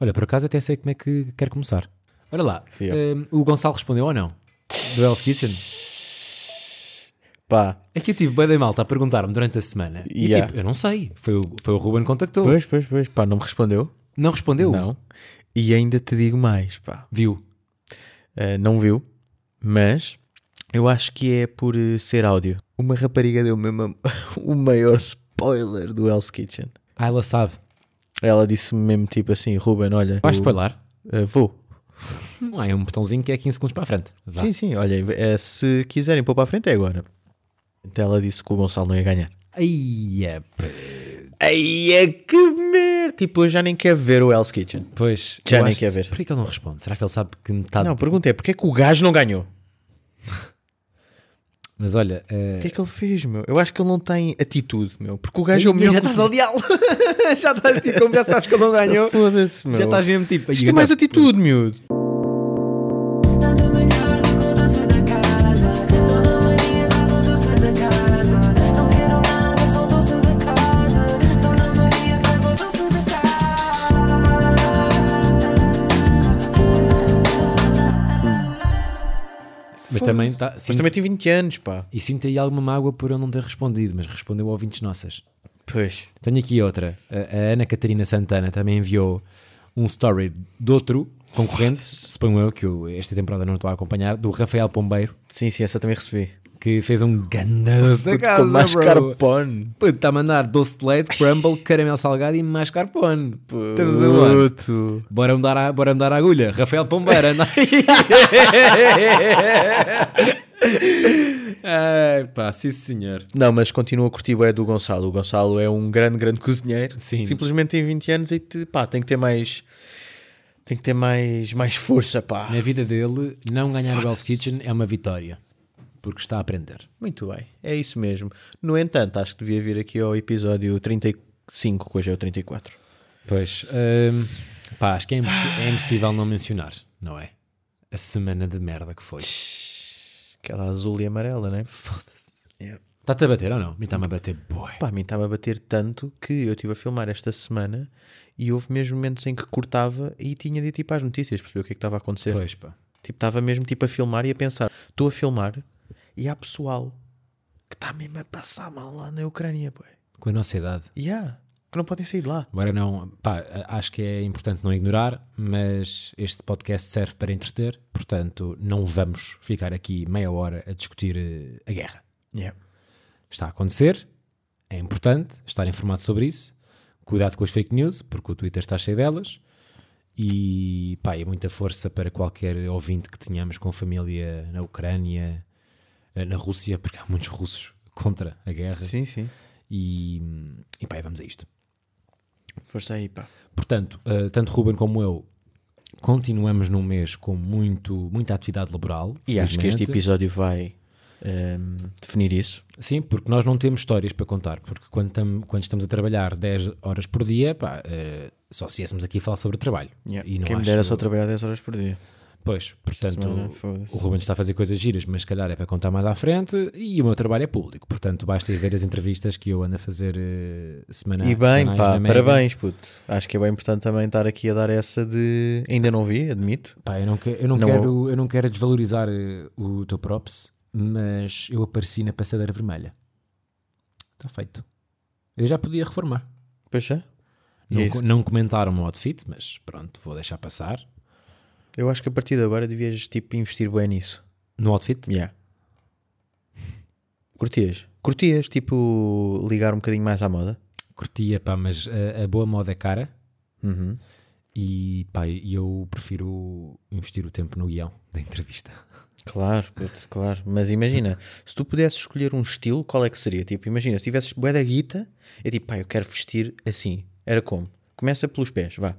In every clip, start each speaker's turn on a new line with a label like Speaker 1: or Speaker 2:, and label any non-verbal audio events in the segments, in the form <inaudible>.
Speaker 1: Olha, por acaso até sei como é que quer começar. Olha lá,
Speaker 2: Fui eu.
Speaker 1: hum, o Gonçalo respondeu ou não? Do Hell's Kitchen?
Speaker 2: Pá,
Speaker 1: É que eu tive bem da malta a perguntar-me durante a semana. E
Speaker 2: Yeah.
Speaker 1: tipo, eu não sei. Foi o, foi o Ruben que contactou.
Speaker 2: pois, pois, pois, pá, não me respondeu.
Speaker 1: Não respondeu.
Speaker 2: Não. E ainda te digo mais, pá.
Speaker 1: Viu.
Speaker 2: Uh, não viu, mas eu acho que é por uh, ser áudio. Uma <laughs> rapariga deu me o maior spoiler do Hell's Kitchen.
Speaker 1: Ah, ela sabe.
Speaker 2: Ela disse-me mesmo tipo assim: Ruben, olha,
Speaker 1: Vais
Speaker 2: eu-
Speaker 1: spoiler?
Speaker 2: uh, vou.
Speaker 1: Ah, é um botãozinho que é 15 segundos para a frente. Vá.
Speaker 2: Sim, sim, olha, é, se quiserem pôr para a frente é agora. Então ela disse que o Gonçalo não ia ganhar.
Speaker 1: Ai, é, p-
Speaker 2: Ai, é que merda! Tipo, eu já nem quero ver o Hell's Kitchen.
Speaker 1: pois.
Speaker 2: Já
Speaker 1: eu
Speaker 2: nem
Speaker 1: acho
Speaker 2: quer
Speaker 1: que-
Speaker 2: ver.
Speaker 1: Porquê que ele não responde? Será que ele sabe que metade.
Speaker 2: Não, pergunta é: porque é que o gajo não ganhou?
Speaker 1: Mas olha. eh,
Speaker 2: O que é que ele fez, meu? Eu acho que ele não tem atitude, meu. Porque o gajo é o meu.
Speaker 1: ao diabo. <laughs> já estás tipo, como já sabes que
Speaker 2: <laughs>
Speaker 1: ele não ganhou.
Speaker 2: Foda-se, meu.
Speaker 1: já estás mesmo tipo.
Speaker 2: Isto é mais atitude, miúdo.
Speaker 3: Dona Maria largou doce da casa. Dona Maria largou doce da casa. Não quero nada, só doce da casa. Dona Maria largou doce da casa.
Speaker 1: Mas também tá,
Speaker 2: Mas
Speaker 1: sinto-
Speaker 2: também tem 20 anos, pá.
Speaker 1: E sinto aí alguma mágoa por eu não ter respondido, mas respondeu a ouvintes nossas.
Speaker 2: Pois.
Speaker 1: Tenho aqui outra. A, a Ana Catarina Santana também enviou um story de outro concorrente, suponho eu, que eu esta temporada não estou a acompanhar, do Rafael Pombeiro,
Speaker 2: Sim, sim, essa também recebi.
Speaker 1: que fez um gandoso da
Speaker 2: Com
Speaker 1: casa, bro.
Speaker 2: mascarpone.
Speaker 1: Puto, Está a mandar doce de leite, crumble, caramelo salgado e mascarpone. Estamos a voar.
Speaker 2: Puto.
Speaker 1: Bora andar, a, bora andar a agulha. Rafael Pombeira, anda aí. Ai, pá, sim senhor.
Speaker 2: Não, mas continua a curtir o é do Gonçalo. O Gonçalo é um grande, grande cozinheiro.
Speaker 1: Sim.
Speaker 2: Simplesmente tem 20 anos e te- pá, tem que ter mais. Tem que ter mais, mais força, pá.
Speaker 1: Na vida dele, não ganhar o Hell's Kitchen é uma vitória. Porque está a aprender.
Speaker 2: Muito bem, é isso mesmo. No entanto, acho que devia vir aqui ao episódio 35, que hoje é o 34.
Speaker 1: Pois, hum, pá, acho que é, impossi- é impossível não mencionar, não é? A semana de merda que foi.
Speaker 2: Aquela azul e amarela, né?
Speaker 1: Foda-se.
Speaker 2: Yeah.
Speaker 1: Está-te a bater ou não? Me está-me a bater, boy.
Speaker 2: Pá, a mim estava a bater tanto que eu estive a filmar esta semana e houve mesmo momentos em que cortava e tinha de ir tipo às notícias, perceber o que é que estava a acontecer.
Speaker 1: Pois, pá.
Speaker 2: Tipo, estava mesmo tipo a filmar e a pensar, estou a filmar e há pessoal que está mesmo a passar mal lá na Ucrânia, pô.
Speaker 1: Com a nossa idade.
Speaker 2: E há, que não podem sair de lá.
Speaker 1: Agora não, pá, a- acho que é importante não ignorar, mas este podcast serve para entreter, portanto não vamos ficar aqui meia hora a discutir eh, a guerra.
Speaker 2: Yeah.
Speaker 1: Está a acontecer, é importante estar informado sobre isso, cuidado com as fake news, porque o Twitter está cheio delas, e pá, e muita força para qualquer ouvinte que tenhamos com família na Ucrânia, eh, na Rússia, porque há muitos russos contra a guerra,
Speaker 2: Sim, sim.
Speaker 1: e, e pá, e vamos a isto.
Speaker 2: Força aí, pá.
Speaker 1: Portanto, eh, tanto Ruben como eu continuamos num mês com muito, muita atividade laboral.
Speaker 2: E acho que este
Speaker 1: felizmente.
Speaker 2: episódio vai ehm, definir isso.
Speaker 1: Sim, porque nós não temos histórias para contar, porque quando, tam- quando estamos a trabalhar 10 horas por dia, pá, eh, só se viéssemos aqui falar sobre trabalho. E não
Speaker 2: Quem me
Speaker 1: acho-
Speaker 2: dera só trabalhar 10 horas por dia.
Speaker 1: Pois, portanto,
Speaker 2: semana, foda-se.
Speaker 1: o Ruben está a fazer coisas giras, mas se calhar é para contar mais à frente, e o meu trabalho é público, portanto basta ir ver as entrevistas que eu ando a fazer eh, semana
Speaker 2: e bem,
Speaker 1: semanais
Speaker 2: pá,
Speaker 1: na Mega.
Speaker 2: parabéns, puto. Acho que é bem importante também estar aqui a dar essa de. Ainda não vi, admito.
Speaker 1: Pá, eu não, que- eu não
Speaker 2: Não-
Speaker 1: quero, eu não quero desvalorizar eh, o teu props, mas eu apareci na passadeira vermelha. Está feito. Eu já podia reformar.
Speaker 2: Pois já. E é
Speaker 1: Não,
Speaker 2: isso.
Speaker 1: co- não comentaram o meu outfit, mas pronto, vou deixar passar.
Speaker 2: Eu acho que a partir de agora devias tipo investir bem nisso.
Speaker 1: No outfit?
Speaker 2: Yeah. Curtias? Curtias, tipo, ligar um bocadinho mais à moda?
Speaker 1: Curtia, pá, mas a, a boa moda é cara
Speaker 2: Uhum.
Speaker 1: e pá, e eu prefiro investir o tempo no guião da entrevista. <laughs>
Speaker 2: Claro, puto, claro. Mas imagina, se tu pudesses escolher um estilo, qual é que seria? Tipo, imagina, se tivesses bué da guita, é tipo, pá, eu quero vestir assim. Era como? Começa pelos pés, vá.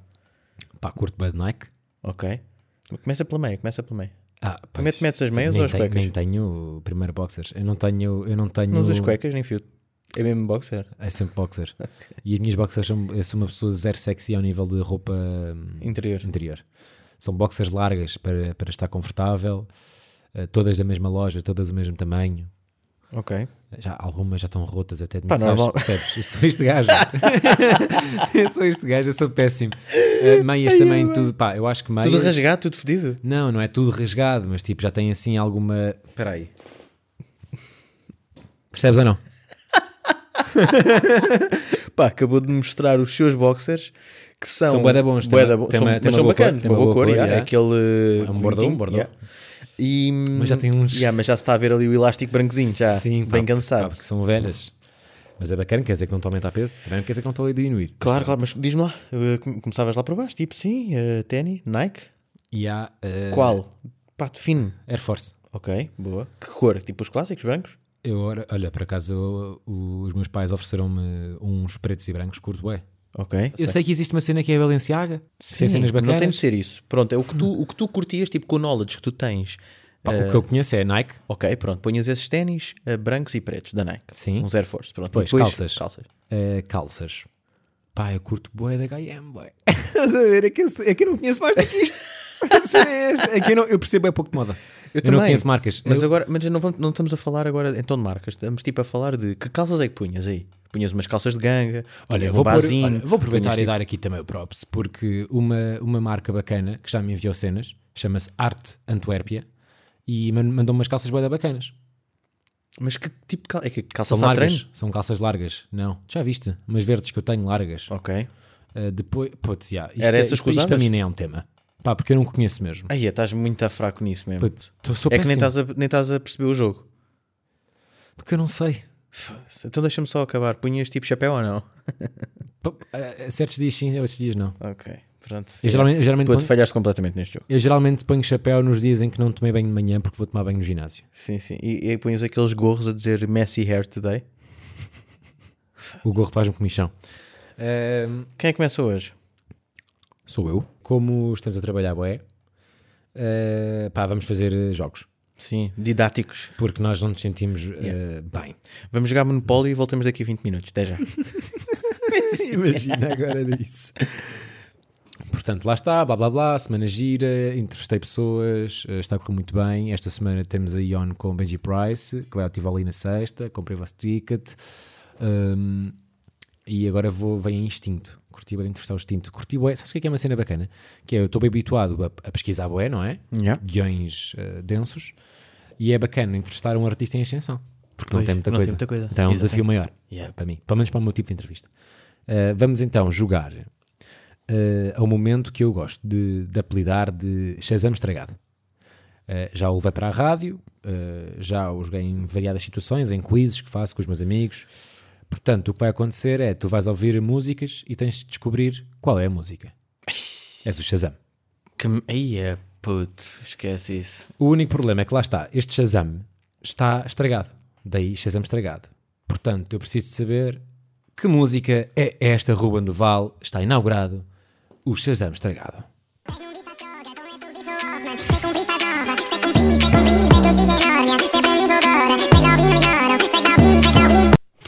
Speaker 1: Pá, curto bad Nike.
Speaker 2: Ok? Começa pela meia, começa pela meia.
Speaker 1: Ah, pá,
Speaker 2: Mete- metes as meias
Speaker 1: nem
Speaker 2: ou as
Speaker 1: tenho-
Speaker 2: cuecas?
Speaker 1: Nem tenho primeiro boxers. Eu não tenho. Eu não tenho
Speaker 2: Não usas cuecas nem filtro. É mesmo boxer.
Speaker 1: É sempre
Speaker 2: <laughs>
Speaker 1: boxer. E as minhas boxers são. Eu sou uma pessoa zero sexy ao nível de roupa hum,
Speaker 2: Interior.
Speaker 1: interior. São boxers largas para, para estar confortável, eh, todas da mesma loja, todas do mesmo tamanho.
Speaker 2: Ok.
Speaker 1: Já, algumas já estão rotas até de
Speaker 2: Pá,
Speaker 1: mim, sabes,
Speaker 2: normal. <laughs>
Speaker 1: percebes? Eu sou este gajo. eu sou este gajo, eu sou péssimo. eh, meias também, tudo, pá, eu acho que meias.
Speaker 2: Tudo rasgado, tudo fedido.
Speaker 1: Não, não é tudo rasgado, mas tipo, já tem assim alguma.
Speaker 2: Espera aí.
Speaker 1: Percebes ou não?
Speaker 2: Pá, acabou de mostrar os seus boxers que são.
Speaker 1: São bué da bons, tem
Speaker 2: bué
Speaker 1: uma-
Speaker 2: da bo-
Speaker 1: tem
Speaker 2: são-
Speaker 1: uma- tem
Speaker 2: mas
Speaker 1: uma
Speaker 2: são
Speaker 1: boa cor,
Speaker 2: bacanas,
Speaker 1: tem uma boa cor,
Speaker 2: yeah,
Speaker 1: yeah.
Speaker 2: é aquele.
Speaker 1: É um bordão, um
Speaker 2: bonitinho,
Speaker 1: bordão.
Speaker 2: yeah. E,
Speaker 1: Mas já tem uns-
Speaker 2: yeah, mas já se está a ver ali o elástico branquezinho, já.
Speaker 1: Sim, pá,
Speaker 2: bem
Speaker 1: pá,
Speaker 2: cansado.
Speaker 1: porque são velhas. Mas é bacana, quer dizer que não estou a aumentar peso, também não quer dizer que não estou a diminuir. Mas
Speaker 2: Claro, claro, mas diz-me lá, eh, come- começavas lá para baixo, tipo sim, eh, Tenny, Nike,
Speaker 1: E há. eh,
Speaker 2: qual? Pá, define.
Speaker 1: Air Force.
Speaker 2: Ok, boa. Que cor? Tipo os clássicos brancos?
Speaker 1: Eu, ora- olha, por acaso, eu- os meus pais ofereceram-me uns pretos e brancos, curto bué.
Speaker 2: Ok.
Speaker 1: Eu sei que existe uma cena que é a Balenciaga, que tem cenas
Speaker 2: Não tem de
Speaker 1: bacanas.
Speaker 2: ser isso. Pronto, é o que tu, o que tu curtias, tipo com o knowledge que tu tens.
Speaker 1: Pá, O que eu conheço é Nike,
Speaker 2: Ok, pronto, ponhas esses ténis eh, brancos e pretos da Nike.
Speaker 1: Sim.
Speaker 2: Uns Air Force, pronto.
Speaker 1: Depois,
Speaker 2: E
Speaker 1: calças. eh, calças. Pá, eu curto bué da H&M, bué. <laughs> Estás a ver? É que, eu, sei- é que eu não conheço mais do que isto. <laughs> A cena é esta. É que eu, não, eu percebo é pouco de moda. Eu, não
Speaker 2: também.
Speaker 1: conheço marcas.
Speaker 2: Mas
Speaker 1: eu,
Speaker 2: agora, mas não, vamos- não estamos a falar agora então de marcas, estamos tipo a falar de que calças é que punhas aí? Punhas umas calças de ganga,
Speaker 1: olha,
Speaker 2: punhas
Speaker 1: vou,
Speaker 2: um
Speaker 1: pôr-
Speaker 2: basinho,
Speaker 1: olha, vou aproveitar
Speaker 2: punhas,
Speaker 1: e dar aqui também o props, porque uma, uma marca bacana que já me enviou cenas, chama-se Arte Antuérpia, e man- mandou-me umas calças bué da bacanas.
Speaker 2: tipo- Mas que tipo de calça? É que calça
Speaker 1: São
Speaker 2: para
Speaker 1: largas,
Speaker 2: treino?
Speaker 1: são calças largas. Não, já viste? Umas verdes que eu tenho largas.
Speaker 2: Ok.
Speaker 1: Uh, depois, putz, yeah, isto,
Speaker 2: Era
Speaker 1: é,
Speaker 2: essas
Speaker 1: isto,
Speaker 2: que
Speaker 1: isto para
Speaker 2: usavas?
Speaker 1: mim nem é um tema. Pá, porque eu não conheço mesmo.
Speaker 2: Aí, estás muito a fraco nisso mesmo.
Speaker 1: Puto, tô- sou
Speaker 2: é que
Speaker 1: péssimo,
Speaker 2: nem tá- estás, a, nem estás a perceber o jogo.
Speaker 1: porque eu não sei.
Speaker 2: Então deixa-me só acabar. Punhas tipo chapéu ou não?
Speaker 1: Pá, uh, certos dias sim, outros dias não.
Speaker 2: Ok, pronto.
Speaker 1: Eu geralmente, eu geralmente
Speaker 2: Tu te
Speaker 1: ponho,
Speaker 2: falhaste completamente neste jogo.
Speaker 1: eu geralmente ponho chapéu nos dias em que não tomei banho de manhã porque vou tomar banho no ginásio.
Speaker 2: Sim, sim. E, e punhas aqueles gorros a dizer Messi Hair Today.
Speaker 1: O gorro faz-me comichão. Uh,
Speaker 2: Quem é que começa hoje?
Speaker 1: sou eu. Como estamos a trabalhar, bué, uh, pá, vamos fazer uh, jogos.
Speaker 2: Sim, didáticos.
Speaker 1: Porque nós não nos sentimos uh, bem.
Speaker 2: Vamos jogar Monopólio e voltamos daqui a 20 minutos. Até já.
Speaker 1: <laughs> Imagina, agora era isso. Portanto, lá está, blá blá blá, semana gira, entrevistei pessoas, eh, está a correr muito bem. Esta semana temos a Ion com o Benji Price, que lá estive ali na sexta, comprei o vosso ticket. Hum, e agora vou, vem a Instinto. Curti bem entrevistar o Instinto. Curti bué, sabes o que é, que é uma cena bacana? Que é, eu estou bem habituado a, a pesquisar bué, não é?
Speaker 2: <laughs> Yeah.
Speaker 1: Guiões eh, densos. E é bacana entrevistar um artista em ascensão. Porque não
Speaker 2: Pois,
Speaker 1: tem muita
Speaker 2: não tem
Speaker 1: coisa.
Speaker 2: muita coisa.
Speaker 1: Então é um
Speaker 2: Exatamente.
Speaker 1: desafio maior
Speaker 2: Yeah.
Speaker 1: para mim, pelo menos para o meu tipo de entrevista. Uh, vamos então jogar uh, ao momento que eu gosto de, de apelidar de Shazam estragado. Uh, já o levei para a rádio, uh, já o joguei em variadas situações, em quizzes que faço com os meus amigos. Portanto, o que vai acontecer é tu vais ouvir músicas e tens de descobrir qual é a música. És o Shazam.
Speaker 2: Que... Aí é puto, esquece isso.
Speaker 1: O único problema é que lá está, este Shazam está estragado. Daí Shazam estragado. Portanto, eu preciso de saber que música é esta, Ruben Duval, está inaugurado o Shazam estragado.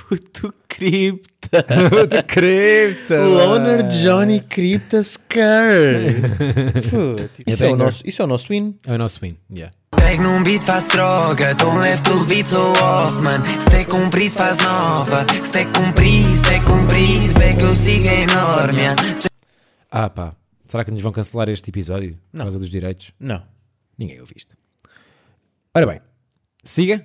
Speaker 2: Puto cripta.
Speaker 1: Puta cripta!
Speaker 2: Loner Johnny Cripta <laughs> Scar. Puto, isso, é o
Speaker 1: banger.
Speaker 2: nosso, isso é o nosso win.
Speaker 1: É o nosso win, yeah.
Speaker 4: Pego num beat, faz droga. Don't left to beat so off, man. Se tem cumprido, faz nova. Se tem cumprido, se tem cumprido. Vê que eu sigo enorme. Se
Speaker 1: Ah pá, será que nos vão cancelar este episódio por causa dos direitos?
Speaker 2: Não.
Speaker 1: Ninguém ouviu isto. Ora bem, siga.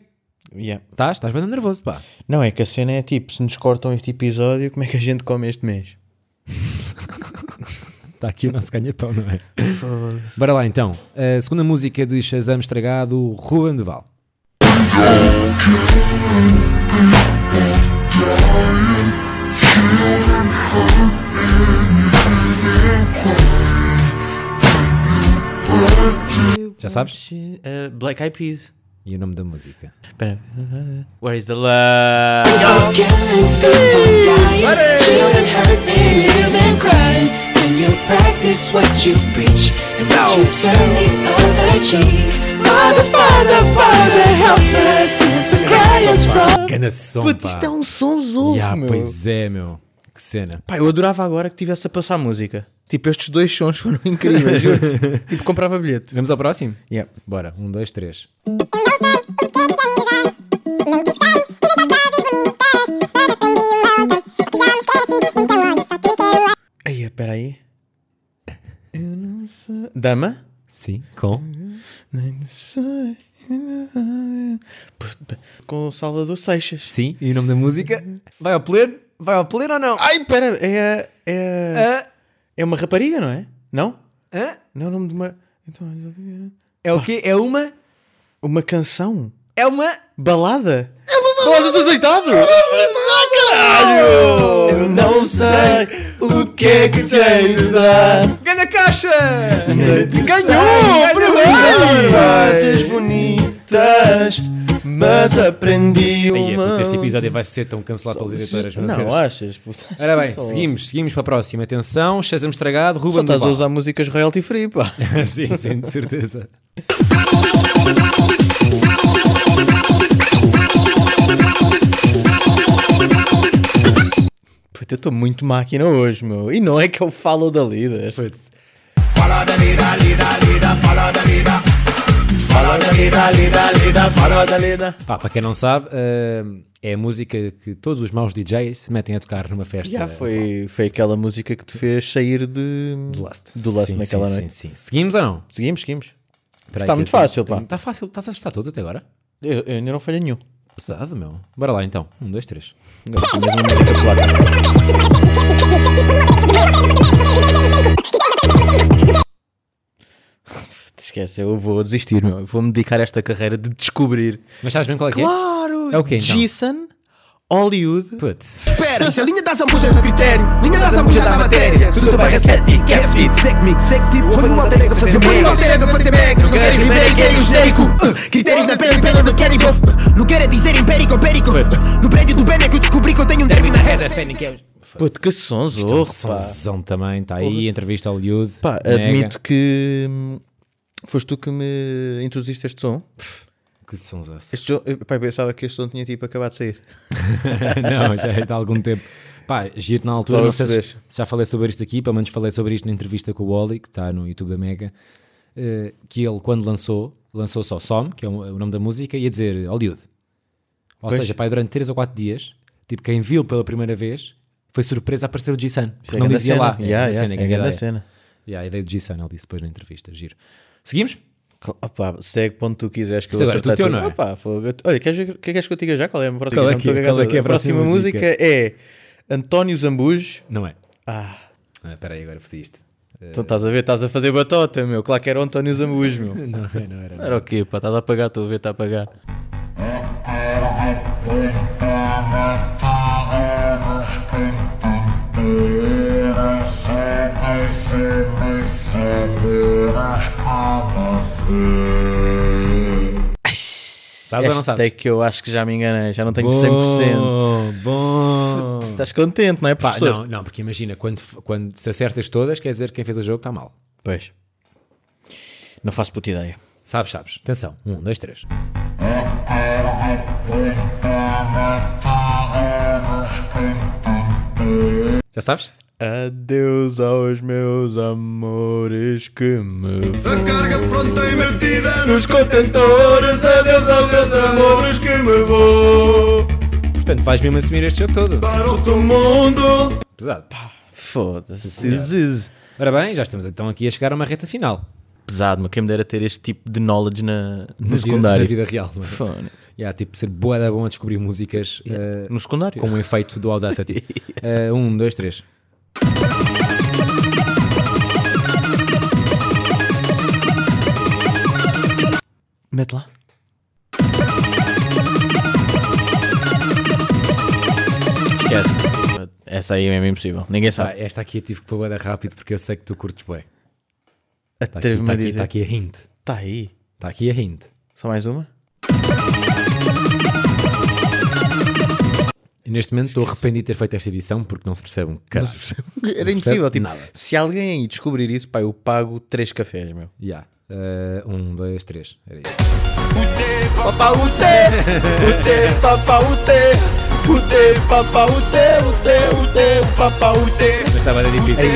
Speaker 2: Yeah.
Speaker 1: Estás? Estás bem nervoso, pá.
Speaker 2: Não, é que a cena é tipo, se nos cortam este episódio, como é que a gente come este mês?
Speaker 1: Está aqui o nosso ganha-pão, <laughs> não é? Bora lá então. A segunda música de Shazam estragado, Ruben Duval. Já sabes?
Speaker 2: Uh, Black Eyed Peas.
Speaker 1: E o nome da música.
Speaker 2: Espera. Where is the love?
Speaker 5: Children hurt me, live and cry when you practice what you preach and what you turn the other cheek. Father, Father, Father, help us and to cry us from.
Speaker 1: Gana som,
Speaker 2: Puto,
Speaker 1: pá.
Speaker 2: isto é um sonzou,
Speaker 1: Ya,
Speaker 2: meu.
Speaker 1: pois é, meu. Que cena.
Speaker 2: Pá, eu adorava agora que tivesse a passar música. Tipo, estes dois sons foram <laughs> incríveis, juro. tipo, comprava bilhete.
Speaker 1: Vamos ao próximo?
Speaker 2: Yeah.
Speaker 1: Bora, um, dois, três.
Speaker 2: Aí, espera aí. Dama?
Speaker 1: Sim, com.
Speaker 2: Com o Salvador Seixas.
Speaker 1: Sim, e o nome da música? Vai ao pleno? Vai ao pleno ou não?
Speaker 2: Ai, pera, é, a- é, a-
Speaker 1: Hã?
Speaker 2: é uma rapariga, não é? Não?
Speaker 1: Hã?
Speaker 2: Não é o nome de uma. Então,
Speaker 1: É o quê? É uma?
Speaker 2: Uma canção?
Speaker 1: É uma?
Speaker 2: Balada? É uma balada! Balada aceitado! caralho! Eu não sei o que é que te hei de dar.
Speaker 1: Ganha <laughs> caixa!
Speaker 2: Ganhou! é
Speaker 6: Frases
Speaker 2: bonitas, mas aprendi
Speaker 1: Aí é, puto, este episódio vai ser tão cancelado pelas editoras. meu Deus.
Speaker 2: Não, achas? puta.
Speaker 1: Ora bem, seguimos, seguimos para a próxima. Atenção, Shazam estragado,
Speaker 2: Só
Speaker 1: Ruben
Speaker 2: estás a
Speaker 1: Duval.
Speaker 2: usar músicas royalty free, pá.
Speaker 1: <laughs> sim, sim, de certeza.
Speaker 2: <laughs> Puta, eu estou muito máquina hoje, meu. E não é que eu falo da líder.
Speaker 1: Puto,
Speaker 6: Fala da lida, lida, lida, fala da lida. Fala da lida, lida, lida, fala da lida.
Speaker 1: Pá, para quem não sabe, eh, é a música que todos os maus DJs se metem a tocar numa festa.
Speaker 2: Já foi, foi aquela música que te fez sair de...
Speaker 1: Do Lust.
Speaker 2: Do Lust
Speaker 1: sim,
Speaker 2: naquela
Speaker 1: sim,
Speaker 2: noite.
Speaker 1: Sim, sim. Seguimos ou não?
Speaker 2: Seguimos, seguimos.
Speaker 1: Espera aí
Speaker 2: Está
Speaker 1: que
Speaker 2: muito
Speaker 1: eu tenho-
Speaker 2: fácil, pá.
Speaker 1: tenho- Está fácil, estás a acertar todos até agora?
Speaker 2: Eu, eu ainda não falhei nenhum.
Speaker 1: Pesado, meu. Bora lá então. Um, dois, três.
Speaker 2: Agora tinha uma música polaca. Esquece, eu vou desistir, meu. Eu Vou-me dedicar a esta carreira de descobrir.
Speaker 1: Mas sabes bem qual é que é?
Speaker 2: Claro!
Speaker 1: É o quê, então?
Speaker 2: Jason, Hollywood.
Speaker 1: Putz.
Speaker 6: Espera, isso é linha da zambuja do critério. Linha da zambuja da matéria. Sudo barra 7, cap fit, sec mix, sec tipo. Põe o altera fazer megas. altera fazer megas. Não querem ribeiro, querem genérico. Uh, Critérios na pele, pele, não querem bof. Não querem dizer impérico, perico. No prédio do Ben é que eu descobri que eu tenho um derby na reta.
Speaker 2: Puto, que sons,
Speaker 1: Isto é um
Speaker 2: oh, pá.
Speaker 1: sonzão também. Está aí, entrevista ao Hollywood.
Speaker 2: Pá,
Speaker 1: Mega.
Speaker 2: admito que hum, foste tu que me introduziste este som.
Speaker 1: Que é sonsaço.
Speaker 2: Este som eu, pá, eu pensava que este som tinha tipo acabado de sair.
Speaker 1: <laughs> não, já é de algum tempo. Pá, giro na altura,
Speaker 2: Logo
Speaker 1: não sei
Speaker 2: se
Speaker 1: se,
Speaker 2: deixa.
Speaker 1: se já falei sobre isto aqui, pelo menos falei sobre isto na entrevista com o Oli, que está no YouTube da Mega, eh, que ele, quando lançou, lançou só SOM, que é o o nome da música, ia dizer Hollywood. Ou
Speaker 2: Pois.
Speaker 1: seja, pá, durante 3 ou 4 dias, tipo, quem viu pela primeira vez, foi surpresa a aparecer o G-Sun, porque
Speaker 2: É
Speaker 1: não
Speaker 2: grande
Speaker 1: dizia
Speaker 2: cena.
Speaker 1: lá.
Speaker 2: Yeah, yeah,
Speaker 1: grande
Speaker 2: é
Speaker 1: grande
Speaker 2: grande
Speaker 1: ideia.
Speaker 2: cena.
Speaker 1: Yeah, a ideia do G-Sun, ele disse depois na entrevista, giro. Seguimos?
Speaker 2: Cla- opá, segue para onde tu quiseres que
Speaker 1: Isto
Speaker 2: eu
Speaker 1: agora é
Speaker 2: acertar
Speaker 1: teu,
Speaker 2: tudo.
Speaker 1: não é?
Speaker 2: Opá, fogo. Olha, queres, ver- que- queres que eu diga já qual é a próxima?
Speaker 1: Qual é
Speaker 2: Não
Speaker 1: que é?
Speaker 2: estou cagado
Speaker 1: Qual é que é a
Speaker 2: toda.
Speaker 1: próxima música?
Speaker 2: música é António Zambujo.
Speaker 1: Não é?
Speaker 2: Ah,
Speaker 1: Ah, Espera aí, agora fodi isto.
Speaker 2: então estás a ver, estás a fazer batota, meu. Claro que era o António Zambujo, meu.
Speaker 1: <laughs> Não, não era.
Speaker 2: Era o quê, pá? Estás a apagar, estou a ver, está a apagar.
Speaker 1: Sabes ou Ah, não
Speaker 2: Esta
Speaker 1: sabes?
Speaker 2: é que eu acho que já me enganei, já não tenho 100%.
Speaker 1: Bom, bom.
Speaker 2: Estás contente, não é,
Speaker 1: Pá,
Speaker 2: professor?
Speaker 1: não, não, porque imagina, quando, f- quando se acertas todas, quer dizer que quem fez o jogo está mal.
Speaker 2: Pois. Não faço puta ideia.
Speaker 1: Sabes, sabes. Atenção. Um, dois, três. Já sabes?
Speaker 2: Adeus aos meus amores que me...
Speaker 6: A carga pronta e metida nos contentores. Adeus aos meus amores que me vou
Speaker 1: Portanto, vais mesmo assumir este jogo todo.
Speaker 6: para outro mundo.
Speaker 1: Pesado.
Speaker 2: Foda-se. Ziz.
Speaker 1: Ora bem, já estamos então aqui a chegar a uma reta final.
Speaker 2: Pesado, mas quem me dera ter este tipo de knowledge na, no
Speaker 1: Na vida, na
Speaker 2: secundário.
Speaker 1: vida real. Não é?
Speaker 2: Fone.
Speaker 1: Yeah, tipo, ser boa da bom a descobrir músicas eh,
Speaker 2: No secundário.
Speaker 1: com o efeito do
Speaker 2: <laughs>
Speaker 1: Audacity. Eh, um, dois, três.
Speaker 2: Mete lá. Esquece. Essa aí é mesmo impossível. Ninguém
Speaker 1: Ah,
Speaker 2: sabe.
Speaker 1: esta aqui eu tive que pôr bué da rápido porque eu sei que tu curtes bem. Está aqui,
Speaker 2: Atreve-me
Speaker 1: tá
Speaker 2: a
Speaker 1: aqui,
Speaker 2: dizer.
Speaker 1: tá aqui a hint.
Speaker 2: Tá aí.
Speaker 1: Está aqui a hint.
Speaker 2: Só mais uma?
Speaker 1: E neste momento estou arrependido de ter feito esta edição porque não se percebe um caralho.
Speaker 2: Era
Speaker 1: se
Speaker 2: impossível.
Speaker 1: percebe
Speaker 2: Tipo,
Speaker 1: nada.
Speaker 2: se alguém aí descobrir isso, pá, eu pago três cafés, meu.
Speaker 1: Yeah. Eh, um, dois, três. Era isto.
Speaker 6: Papá o te, o te, papá o te, o te, papá o te, o te, o te, o papá o te.
Speaker 1: Mas estava difícil.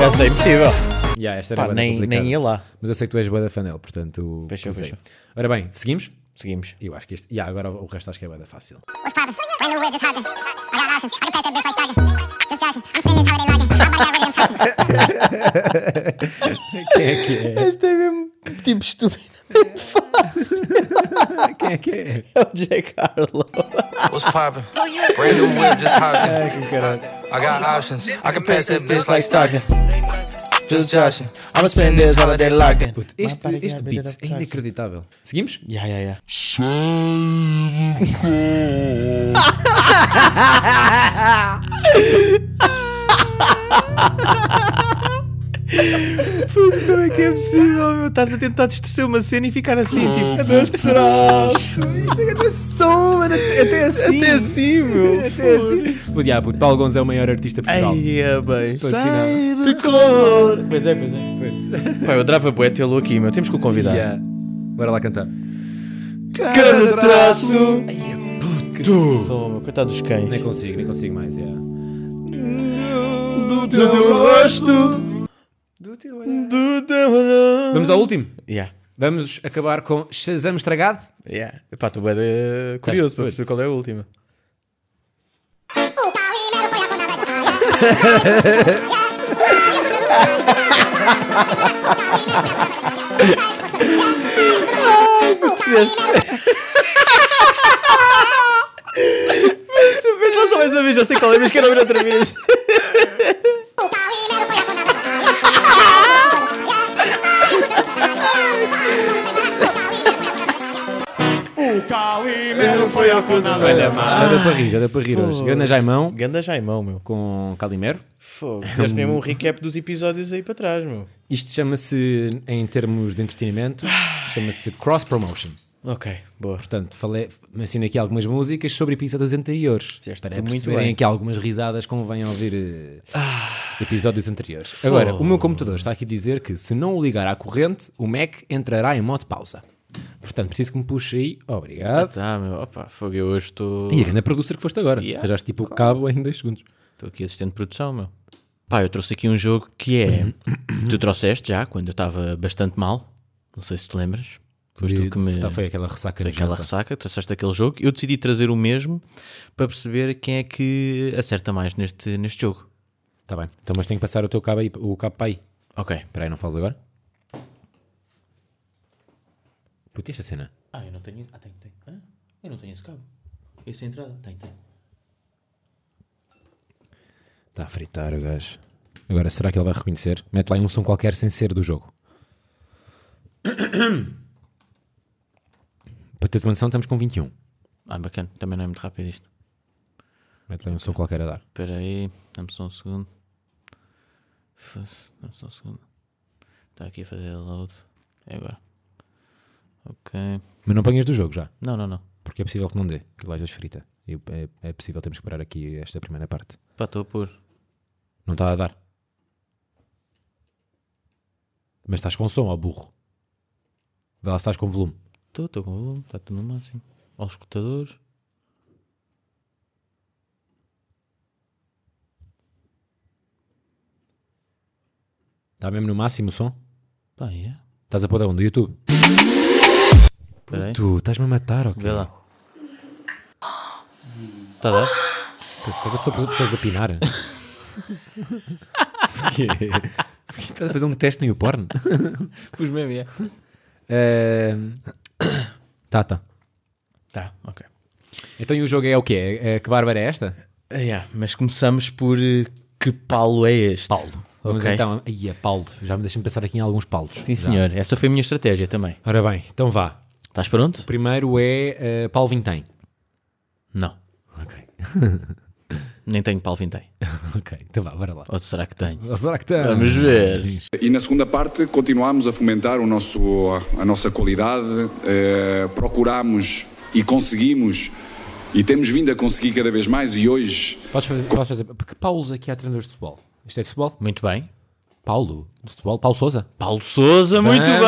Speaker 2: Essa é impossível.
Speaker 1: Yeah, esta era
Speaker 2: Pá,
Speaker 1: bué da
Speaker 2: nem,
Speaker 1: complicada.
Speaker 2: nem ia lá.
Speaker 1: Mas eu sei que tu és boa da fanel, portanto.
Speaker 2: Fechou,
Speaker 1: não sei.
Speaker 2: fechou.
Speaker 1: Ora bem, seguimos?
Speaker 2: Seguimos.
Speaker 1: Eu acho que este. Yeah, agora o resto acho que é boa da
Speaker 2: <laughs>
Speaker 1: fácil. Quem é que é?
Speaker 2: Esta é mesmo tipo estupidamente fácil.
Speaker 1: Quem é que é?
Speaker 2: É o Jack Harlow.
Speaker 7: What's poppin'? Brand new whip, just hopped in. I got options. I can pass that bitch like Stockton. Just joshing. I'ma spend this holiday locked in.
Speaker 1: Puto, este, este beat é inacreditável. Seguimos?
Speaker 2: Yeah, yeah, yeah. Puto, como é que é possível? meu? Estás a tentar distorcer uma cena e ficar assim, tipo.
Speaker 1: Isto é até som, até assim.
Speaker 2: Até assim, meu.
Speaker 1: Até assim. Puto, já, puto, Paulo Gonzo é o maior artista portugal.
Speaker 2: Ai, é bem.
Speaker 1: Estou assinado.
Speaker 2: Pois é, pois é.
Speaker 1: Puto.
Speaker 2: Pá, eu adorava bué tê-lo aqui, meu. Temos que o convidar.
Speaker 1: Yeah. Bora lá cantar.
Speaker 2: Cada traço.
Speaker 1: Tu!
Speaker 2: Sou, meu. Coitado dos cães.
Speaker 1: Nem consigo, nem consigo mais, yeah.
Speaker 2: Do teu rosto.
Speaker 1: Do
Speaker 2: Do teu
Speaker 1: Vamos ao último.
Speaker 2: Yeah.
Speaker 1: Vamos acabar com Shazam estragado.
Speaker 2: Yeah. Pá, tu é curioso para
Speaker 1: Estás-
Speaker 2: perceber qual é a última. <laughs> Veja só mais uma vez, eu sei qual é, mas quero ouvir outra vez.
Speaker 1: Olha, já deu para rir, já deu para rir hoje. Grande Jaimão
Speaker 2: Ganda Jaimão, meu.
Speaker 1: com Calimero.
Speaker 2: Fogo. Fizeste mesmo um recap dos episódios aí para trás, meu.
Speaker 1: Isto chama-se, em termos de entretenimento, chama-se cross promotion.
Speaker 2: Ok, boa.
Speaker 1: Portanto, falei, mencionei aqui algumas músicas sobre episódios anteriores.
Speaker 2: Fizeste
Speaker 1: Para
Speaker 2: muito
Speaker 1: perceberem
Speaker 2: bem. Ah.
Speaker 1: aqui algumas risadas, convém ouvir eh, episódios anteriores. Agora, o meu computador está aqui a dizer que se não o ligar à corrente, o Mac entrará em modo pausa. Portanto, preciso que me puxe aí. Obrigado.
Speaker 2: Tá, meu. Opa, fogo, eu hoje estou.
Speaker 1: E a grande producer que foste agora.
Speaker 2: Yeah.
Speaker 1: Arranjaste tipo o cabo em 2 segundos.
Speaker 2: Estou aqui assistente de produção, meu. Pá, eu trouxe aqui um jogo que é. tu trouxeste já, quando eu estava bastante mal. Não sei se te lembras. Foste tu
Speaker 1: De-
Speaker 2: que me.
Speaker 1: tá, foi aquela ressaca
Speaker 2: Aquela
Speaker 1: nojenta.
Speaker 2: ressaca, trouxeste aquele jogo. Eu decidi trazer o mesmo para perceber quem é que acerta mais neste, neste jogo.
Speaker 1: Tá bem. Então, mas tem que passar o teu cabo aí, o cabo para aí.
Speaker 2: Ok.
Speaker 1: Espera aí, não falas agora? Puta, esta cena.
Speaker 2: Ah, eu não tenho. Ah, tenho, tenho. Hã? Eu não tenho esse cabo. Esse é a entrada? Tem, tem.
Speaker 1: Está a fritar o gajo. Agora, será que ele vai reconhecer? Mete lá em um som qualquer sem ser do jogo. <coughs> Para teres uma noção, estamos com 21.
Speaker 2: Ah, bacana. Também não é muito rápido isto.
Speaker 1: Mete lá em um som qualquer a dar.
Speaker 2: Espera aí, dá-me só um segundo. Faz- Dá-me só um segundo. Está aqui a fazer load. É agora. Ok.
Speaker 1: Mas não apanhas do jogo já,
Speaker 2: Não, não, não.
Speaker 1: porque é possível que não dê. Que lá às vezes frita. E é, é possível, temos que parar aqui esta primeira parte.
Speaker 2: Pá, estou a pôr.
Speaker 1: Não está a dar. Mas estás com som, ó burro. Vê lá se estás com volume.
Speaker 2: Estou, estou com o volume. Está tudo no máximo. Aos escutadores.
Speaker 1: Está mesmo no máximo o som?
Speaker 2: Pá, é.
Speaker 1: Estás a pôr da onde? Do YouTube?
Speaker 2: Espera aí.
Speaker 1: Tu, estás-me a matar, ok?
Speaker 2: Vê lá. Está a dar?
Speaker 1: Estás a pessoa, pessoas a pinar? Porquê? Porquê Estás a fazer um teste no YouPorn?
Speaker 2: Pus mesmo, é.
Speaker 1: Ehm, Tá, tá.
Speaker 2: Tá, ok.
Speaker 1: Então e o jogo é o quê? É- é- que bárbara é esta?
Speaker 2: Ah, yeah, Mas começamos por eh, que Paulo é este? Paulo.
Speaker 1: Vamos então. Aí, é Paulo. Já me deixa-me pensar aqui em alguns Paulos.
Speaker 2: Sim, senhor. Essa foi a minha estratégia também.
Speaker 1: Ora bem, então vá.
Speaker 2: Estás pronto?
Speaker 1: Primeiro é eh, Paulo Vintém.
Speaker 2: Não.
Speaker 1: Ok.
Speaker 2: Nem tenho Paulo Vintém.
Speaker 1: <laughs> ok, então vá, bora lá.
Speaker 2: Ou será que tenho?
Speaker 1: Será que tá? estamos?
Speaker 2: Vamos ver.
Speaker 8: E na segunda parte continuámos a fomentar o nosso, a nossa qualidade, eh, procurámos e conseguimos e temos vindo a conseguir cada vez mais e hoje
Speaker 1: Podes fazer, podes fazer. Que Paulos aqui há treinadores de futebol? Isto é de futebol?
Speaker 2: Muito bem.
Speaker 1: Paulo? De futebol? Paulo Souza?
Speaker 2: Paulo Souza, muito
Speaker 1: Vamos!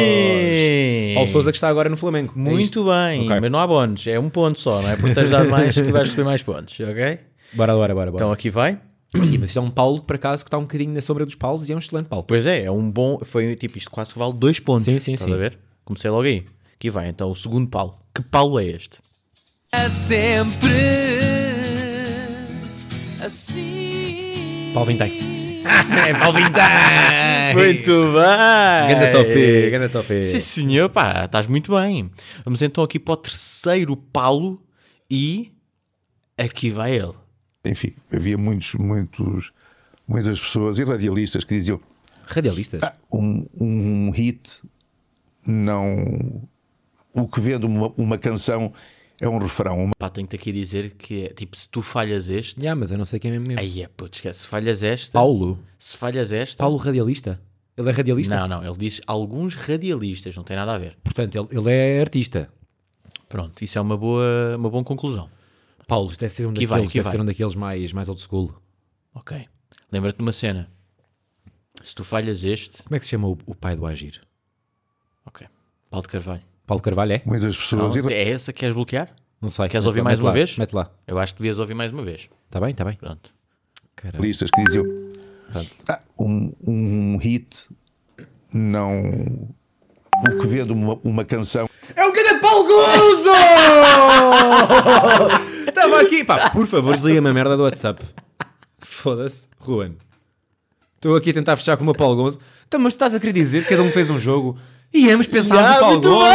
Speaker 2: bem!
Speaker 1: Paulo Souza que está agora no Flamengo. É
Speaker 2: É. Muito
Speaker 1: isto?
Speaker 2: bem,
Speaker 1: Ok.
Speaker 2: mas não há bónus, é um ponto só, não é? Porque tens dado
Speaker 1: <laughs>
Speaker 2: mais, tu vais receber mais pontos, ok?
Speaker 1: Bora, bora, bora. bora.
Speaker 2: Então aqui vai.
Speaker 1: Ih, mas isto é um Paulo, por acaso, que está um bocadinho na sombra dos Paulos e é um excelente Paulo.
Speaker 2: Pois é, é um bom, foi tipo isto, quase que vale dois pontos.
Speaker 1: Sim, sim,
Speaker 2: Estás
Speaker 1: sim.
Speaker 2: a ver? Comecei logo aí. Aqui vai, então, o segundo Paulo. Que Paulo é este?
Speaker 4: É sempre assim.
Speaker 9: Assim.
Speaker 2: <laughs>
Speaker 1: Paulo Vintém. É, Palvintã!
Speaker 2: Muito bem!
Speaker 1: Ganda topé, ganda topé.
Speaker 2: Sim, senhor, pá, estás muito bem. Vamos então aqui para o terceiro palo e aqui vai ele.
Speaker 10: Enfim, havia muitos, muitos, muitas pessoas e radialistas que diziam
Speaker 1: Radialistas?
Speaker 10: "Ah, um, um hit não. O que vende uma, uma canção é um refrão. Uma
Speaker 2: Pá, tenho-te aqui dizer que é tipo, se tu falhas este.
Speaker 1: Já, mas eu não sei quem é mesmo.
Speaker 2: Aí é, puto, esquece. Se falhas esta.
Speaker 1: Paulo?
Speaker 2: Se falhas esta.
Speaker 1: Paulo Radialista? Ele é radialista?
Speaker 2: Não, não, ele diz alguns radialistas, não tem nada a ver.
Speaker 1: Portanto, ele, ele é artista.
Speaker 2: Pronto, isso é uma boa, uma boa conclusão.
Speaker 1: Paulo deve ser um
Speaker 2: Aqui
Speaker 1: daqueles,
Speaker 2: vai, aqui
Speaker 1: deve
Speaker 2: vai.
Speaker 1: ser um daqueles mais, mais old school.
Speaker 2: Ok. Lembra-te de uma cena. Se tu falhas este.
Speaker 1: Como é que se chama o, o pai do Agir?
Speaker 2: Ok. Paulo de Carvalho.
Speaker 1: Paulo Carvalho é?
Speaker 10: Muitas pessoas
Speaker 2: Calma, é essa que queres bloquear?
Speaker 1: Não sei.
Speaker 2: Queres
Speaker 1: Mete
Speaker 2: ouvir
Speaker 1: lá,
Speaker 2: mais
Speaker 1: mete
Speaker 2: uma
Speaker 1: lá,
Speaker 2: vez?
Speaker 1: Mete lá.
Speaker 2: Eu acho que devias ouvir mais uma vez.
Speaker 1: Está bem, está bem.
Speaker 2: Pronto.
Speaker 1: Caralho.
Speaker 10: radialistas que diziam "Ah, um, um hit não. O que vende uma, uma canção
Speaker 1: É o grande Paulo <laughs> Gozo! Estava aqui. Pá, por favor, desliga-me a merda do WhatsApp. Foda-se, Ruan. Estou aqui a tentar fechar com o meu Paulo Gonzo. Então, mas tu estás a querer dizer que cada um fez um jogo e ambos pensámos no Paulo Gonzo.
Speaker 2: Foda-se.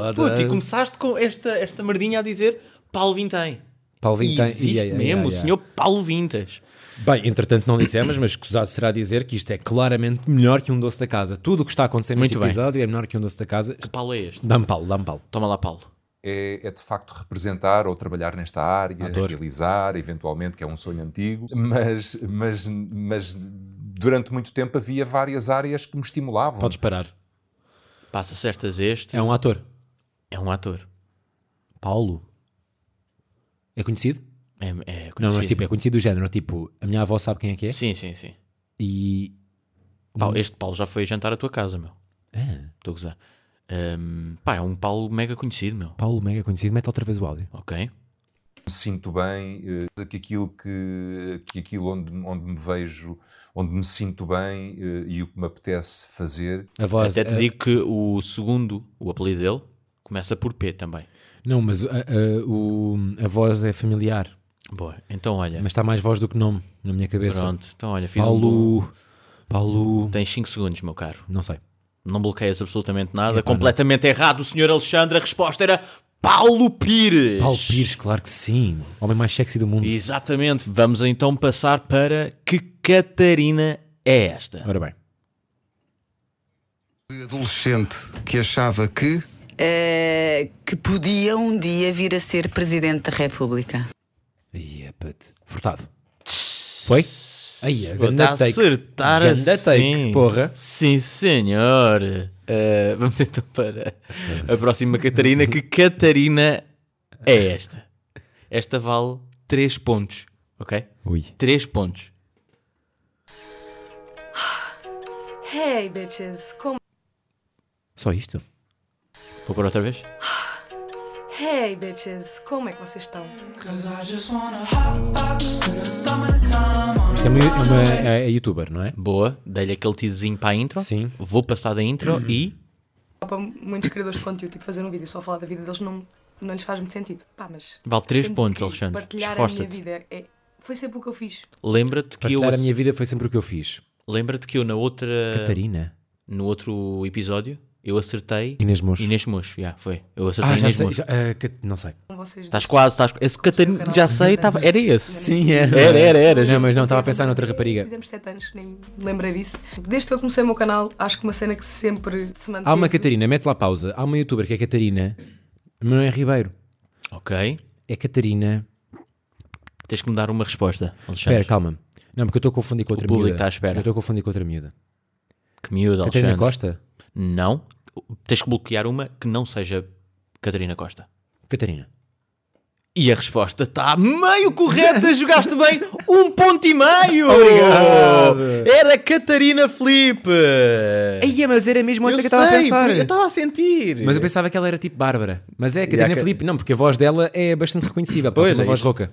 Speaker 2: Ah, Puto, e
Speaker 1: Foda-se.
Speaker 2: começaste com esta, esta merdinha a dizer Paulo Vintém.
Speaker 1: Paulo Vintém.
Speaker 2: Existe
Speaker 1: ia, ia, ia,
Speaker 2: mesmo, o
Speaker 1: ia.
Speaker 2: senhor Paulo Vintas.
Speaker 1: Bem, entretanto não dissemos, mas escusado será dizer que isto é claramente melhor que um doce da casa. Tudo o que está a acontecer neste
Speaker 2: Muito bem.
Speaker 1: episódio é melhor que um doce da casa.
Speaker 2: Que Paulo é este?
Speaker 1: Dá-me Paulo, dá-me Paulo.
Speaker 2: Toma lá, Paulo.
Speaker 11: é, é de facto representar ou trabalhar nesta área, realizar, eventualmente, que é um sonho antigo, mas, mas, mas durante muito tempo havia várias áreas que me estimulavam.
Speaker 1: Podes parar.
Speaker 2: Passa certas este.
Speaker 1: É um ator.
Speaker 2: É um ator.
Speaker 1: Paulo. É conhecido?
Speaker 2: É, é
Speaker 1: Não, mas
Speaker 2: conhecido.
Speaker 1: tipo, é conhecido do género. Tipo, a minha avó sabe quem é que é
Speaker 2: Sim, sim, sim.
Speaker 1: e. Um
Speaker 2: Paulo, este Paulo já foi jantar à tua casa, meu.
Speaker 1: É.
Speaker 2: Estou a gozar. Ahm, pá, é um Paulo mega conhecido, meu.
Speaker 1: Paulo mega conhecido, mete outra vez o áudio.
Speaker 2: Ok.
Speaker 11: Me sinto bem, eh, que aquilo, que, que aquilo onde, onde me vejo, onde me sinto bem eh, e o que me apetece fazer.
Speaker 1: A voz.
Speaker 2: Até te
Speaker 1: a-
Speaker 2: digo que o segundo, o apelido dele, começa por P também.
Speaker 1: Não, mas a, a- o, a voz é familiar,
Speaker 2: Boa. Então, olha.
Speaker 1: mas está mais voz do que nome na minha cabeça.
Speaker 2: pronto. Então, olha, fiz um. bom-
Speaker 1: Paulo. Paulo.
Speaker 2: Tens 5 segundos, meu caro.
Speaker 1: Não sei.
Speaker 2: Não bloqueias absolutamente nada. Completamente errado, o senhor Alexandre. A resposta era Paulo Pires.
Speaker 1: Paulo Pires, claro que sim. Homem mais sexy do mundo.
Speaker 2: Exatamente. Vamos então passar para que Catarina é esta?
Speaker 1: Ora bem.
Speaker 12: adolescente que achava que
Speaker 13: É, que podia um dia vir a ser Presidente da República.
Speaker 1: Aí é put. Furtado. Foi? Aí é ganda
Speaker 2: Está a
Speaker 1: take.
Speaker 2: acertar
Speaker 1: Ganda
Speaker 2: assim.
Speaker 1: take, porra.
Speaker 2: Sim, senhor. Uh, vamos então para a próxima Catarina. Que Catarina é esta? Esta vale 3 pontos, ok?
Speaker 1: Ui.
Speaker 2: 3 pontos.
Speaker 13: Hey, bitches, como.
Speaker 1: Só isto?
Speaker 2: Vou para outra vez?
Speaker 13: Hey, bitches, como é que vocês estão?
Speaker 1: Isto é uma, é uma- é- é youtuber, não é?
Speaker 2: Boa. Dei-lhe aquele teasinho para a intro.
Speaker 1: Sim. Uhum.
Speaker 2: Vou passar da intro e...
Speaker 13: Há Para muitos criadores de conteúdo, tipo, fazer um vídeo só a falar da vida deles não, não lhes faz muito sentido. Pá, mas.
Speaker 2: Vale três
Speaker 13: sendo
Speaker 2: pontos,
Speaker 13: que
Speaker 2: Alexandre.
Speaker 13: Partilhar a
Speaker 2: Esforça-te.
Speaker 13: minha vida é- foi sempre o que eu fiz.
Speaker 2: Lembra-te que, eu, Ah,
Speaker 1: Partilhar a minha vida foi sempre o que eu fiz.
Speaker 2: lembra-te que eu na outra...
Speaker 1: Catarina.
Speaker 2: No outro episódio, eu acertei...
Speaker 1: Inês Mocho.
Speaker 2: Inês Mocho, já, foi. Eu acertei
Speaker 1: Ah, já
Speaker 2: Inês
Speaker 1: sei.
Speaker 2: Mocho.
Speaker 1: já- ah, Cat- não sei.
Speaker 13: Com vocês.
Speaker 2: Estás quase, estás... Esse Catarina, já sei, tava... era esse.
Speaker 1: Sim, era.
Speaker 2: Era, era, era.
Speaker 1: Não, mas não, estava a pensar noutra rapariga.
Speaker 13: Fizemos 7 anos, nem me lembrei disso. Desde que eu comecei o meu canal, acho que uma cena que sempre se manteve.
Speaker 1: Há uma Catarina, mete lá pausa. Há uma youtuber que é Catarina, mas não é Ribeiro.
Speaker 2: Ok.
Speaker 1: É Catarina.
Speaker 2: Tens que me dar uma resposta, Alexandre.
Speaker 1: Espera, calma-me. Não, porque eu estou a confundir com outra
Speaker 2: público
Speaker 1: miúda.
Speaker 2: está à espera.
Speaker 1: Eu estou a confundir com outra miúda.
Speaker 2: Que miúda,
Speaker 1: Catarina
Speaker 2: Alexandre.
Speaker 1: Costa?
Speaker 2: Não. Tens que bloquear uma que não seja Catarina Costa.
Speaker 1: Catarina.
Speaker 2: E a resposta está meio
Speaker 1: <laughs>
Speaker 2: correta, jogaste bem um ponto e meio! Obrigado! Era Catarina Felipe!
Speaker 1: Aí, mas era mesmo
Speaker 2: eu
Speaker 1: essa que eu estava a
Speaker 2: sei,
Speaker 1: pensar.
Speaker 2: Eu estava a sentir!
Speaker 1: Mas eu pensava que ela era tipo Bárbara. Mas é a Catarina
Speaker 2: Ca-
Speaker 1: Felipe, não, porque a voz dela é bastante reconhecível.
Speaker 2: Pois,
Speaker 1: Pois, uma
Speaker 2: é
Speaker 1: voz
Speaker 2: isso.
Speaker 1: rouca.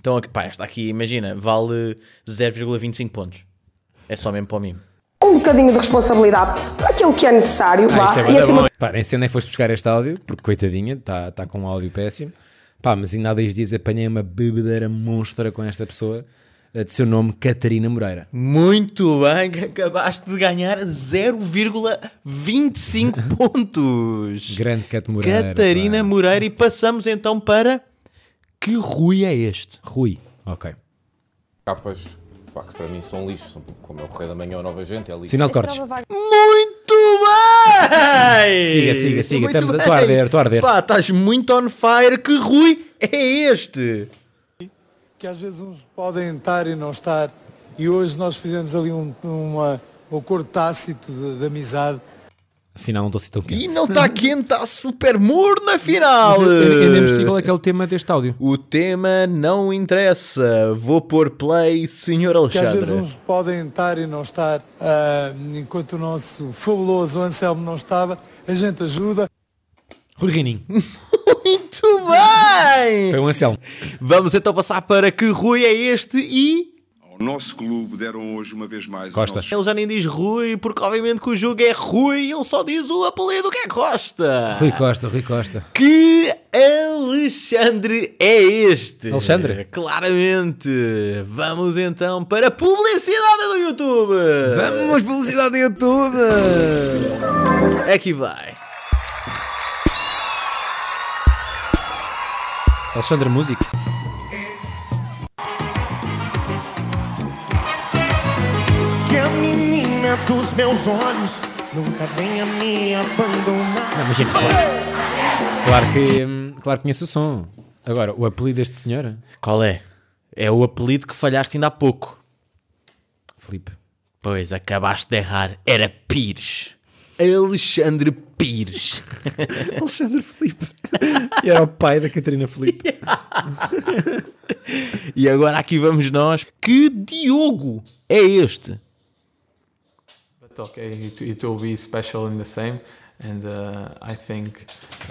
Speaker 2: Então, ok, pá, esta aqui, imagina, vale 0,25 pontos. É só mesmo para o mimo.
Speaker 5: Um bocadinho de responsabilidade, aquilo que é necessário,
Speaker 1: Ah,
Speaker 5: vá.
Speaker 1: isto é
Speaker 5: e
Speaker 1: bué da
Speaker 5: acima
Speaker 1: bom. Pá, nem sei onde é que foste buscar este áudio, porque coitadinha, está tá com um áudio péssimo. Pá, mas ainda há dois dias apanhei uma bebedeira monstra com esta pessoa eh, de seu nome, Catarina Moreira.
Speaker 2: Muito bem, que acabaste de ganhar <laughs> 0,25 pontos.
Speaker 1: Grande Cat Moreira.
Speaker 2: Catarina Moreira. E passamos então para. Que Rui é este?
Speaker 1: Rui, ok.
Speaker 14: Capas, pá, que para mim são lixo, são como é o Correio da Manhã ou Nova Gente, é lixo.
Speaker 1: Sinal de cortes.
Speaker 2: Muito bem!
Speaker 1: Siga, siga, siga,
Speaker 2: Muito
Speaker 1: estamos a-
Speaker 2: bem.
Speaker 1: estou a arder, estou a arder.
Speaker 2: Pá, estás muito on fire. Que Rui é este?
Speaker 15: que às vezes uns podem estar e não estar. E hoje nós fizemos ali um, uma- um acordo tácito de, de amizade.
Speaker 1: Afinal, não estou assim tão quente.
Speaker 2: E não está quente, está super morno na
Speaker 1: Mas
Speaker 2: final.
Speaker 1: eu- eu ainda não percebi qual é que é o tema deste áudio.
Speaker 2: O tema não interessa. Vou pôr play, senhor
Speaker 15: Que às vezes
Speaker 2: Alexandre.
Speaker 15: uns podem estar e não estar. Ah, enquanto o nosso fabuloso Anselmo não estava, a gente ajuda.
Speaker 1: Rui Rininho.
Speaker 2: Muito bem!
Speaker 1: Foi um Anselmo.
Speaker 2: Vamos então passar para que Rui é este e.
Speaker 16: Ao nosso clube deram hoje uma vez mais. os nossos-
Speaker 2: Ele já nem diz Rui, porque obviamente que o jogo é Rui, ele só diz o apelido que é Costa.
Speaker 1: Rui Costa, Rui Costa.
Speaker 2: Que Alexandre é este?
Speaker 1: Alexandre?
Speaker 2: Claramente. Vamos então para a publicidade do YouTube.
Speaker 1: Vamos, publicidade do YouTube.
Speaker 2: Aqui É vai.
Speaker 1: Alexandre Música.
Speaker 17: Que a menina dos meus olhos nunca venha me abandonar.
Speaker 1: Não, mas gente, claro, claro que, hum, claro que conheço o som. Agora, o apelido deste senhor?
Speaker 2: Qual é? É o apelido que falhaste ainda há pouco.
Speaker 1: Filipe.
Speaker 2: Pois, acabaste de errar. Era Pires. Alexandre Pires.
Speaker 1: Alexandre Filipe. E era o pai da Catarina Filipe.
Speaker 2: e agora aqui vamos nós. Que Diogo é este?
Speaker 18: But okay, it, it will be special in the same, and uh, I think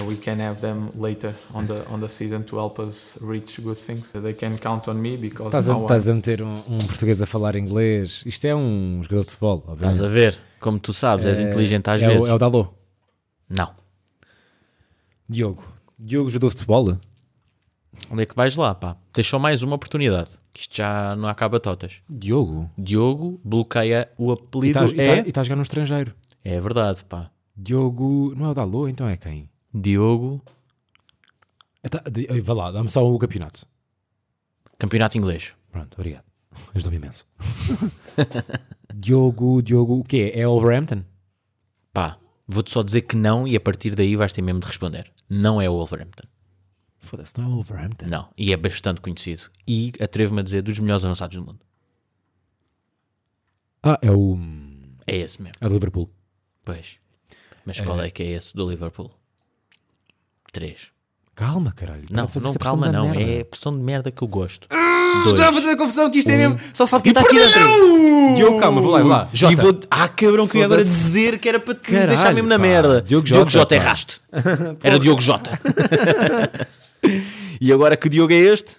Speaker 18: we can have them later on the on the season to help us reach good things. They can count on me because
Speaker 1: <laughs> Estás a,
Speaker 18: now
Speaker 1: estás a
Speaker 18: I'm-
Speaker 1: meter um, um português a falar inglês. Isto é um jogador de futebol, obviamente.
Speaker 2: Estás a ver? Como tu sabes, és
Speaker 1: É-
Speaker 2: inteligente às
Speaker 1: é
Speaker 2: vezes.
Speaker 1: O, é o Dalô.
Speaker 2: Não.
Speaker 1: Diogo. Diogo jogador de futebol?
Speaker 2: Onde é que vais lá, pá? Tens só mais uma oportunidade. Que isto já não acaba totas.
Speaker 1: Diogo?
Speaker 2: Diogo bloqueia o
Speaker 1: E
Speaker 2: apelido.
Speaker 1: estás e
Speaker 2: é...
Speaker 1: estás- e estás a jogar no estrangeiro.
Speaker 2: é verdade, pá.
Speaker 1: Diogo. Não é o Dalô, então é quem?
Speaker 2: Diogo.
Speaker 1: Então, eh, Vá lá, dá-me só o campeonato.
Speaker 2: Campeonato inglês.
Speaker 1: Pronto, obrigado. Ajudou-me imenso. <laughs> Diogo, Diogo, o quê? É Wolverhampton?
Speaker 2: Pá, vou-te só dizer que não e a partir daí vais ter mesmo de responder. Não é o Wolverhampton.
Speaker 1: Foda-se, não é Wolverhampton.
Speaker 2: Não, e é bastante conhecido. E atrevo-me a dizer dos melhores avançados do mundo.
Speaker 1: Ah, é o.
Speaker 2: É esse mesmo.
Speaker 1: É do Liverpool.
Speaker 2: Pois. Mas qual é que é esse do Liverpool? 3.
Speaker 1: Calma, caralho.
Speaker 2: Não,
Speaker 1: Para fazer
Speaker 2: não,
Speaker 1: essa pressão
Speaker 2: calma,
Speaker 1: da
Speaker 2: não.
Speaker 1: merda. Ah,
Speaker 2: É a pressão de merda que eu gosto. Dois.
Speaker 1: Estava a fazer a confusão que isto é
Speaker 2: Um.
Speaker 1: mesmo. Só sabe quem está aqui dentro. Diogo, calma, vou lá, vou lá.
Speaker 2: E
Speaker 1: Jota.
Speaker 2: vou- Ah, cabrão, que eu ia agora
Speaker 1: Foda-se.
Speaker 2: dizer que era para te
Speaker 1: Caralho,
Speaker 2: deixar mesmo na
Speaker 1: pá.
Speaker 2: merda.
Speaker 1: Diogo
Speaker 2: Diogo
Speaker 1: Jota,
Speaker 2: Jota
Speaker 1: pá. <laughs>
Speaker 2: erraste.
Speaker 1: Porra.
Speaker 2: era Diogo Jota. <laughs> e agora que Diogo é este?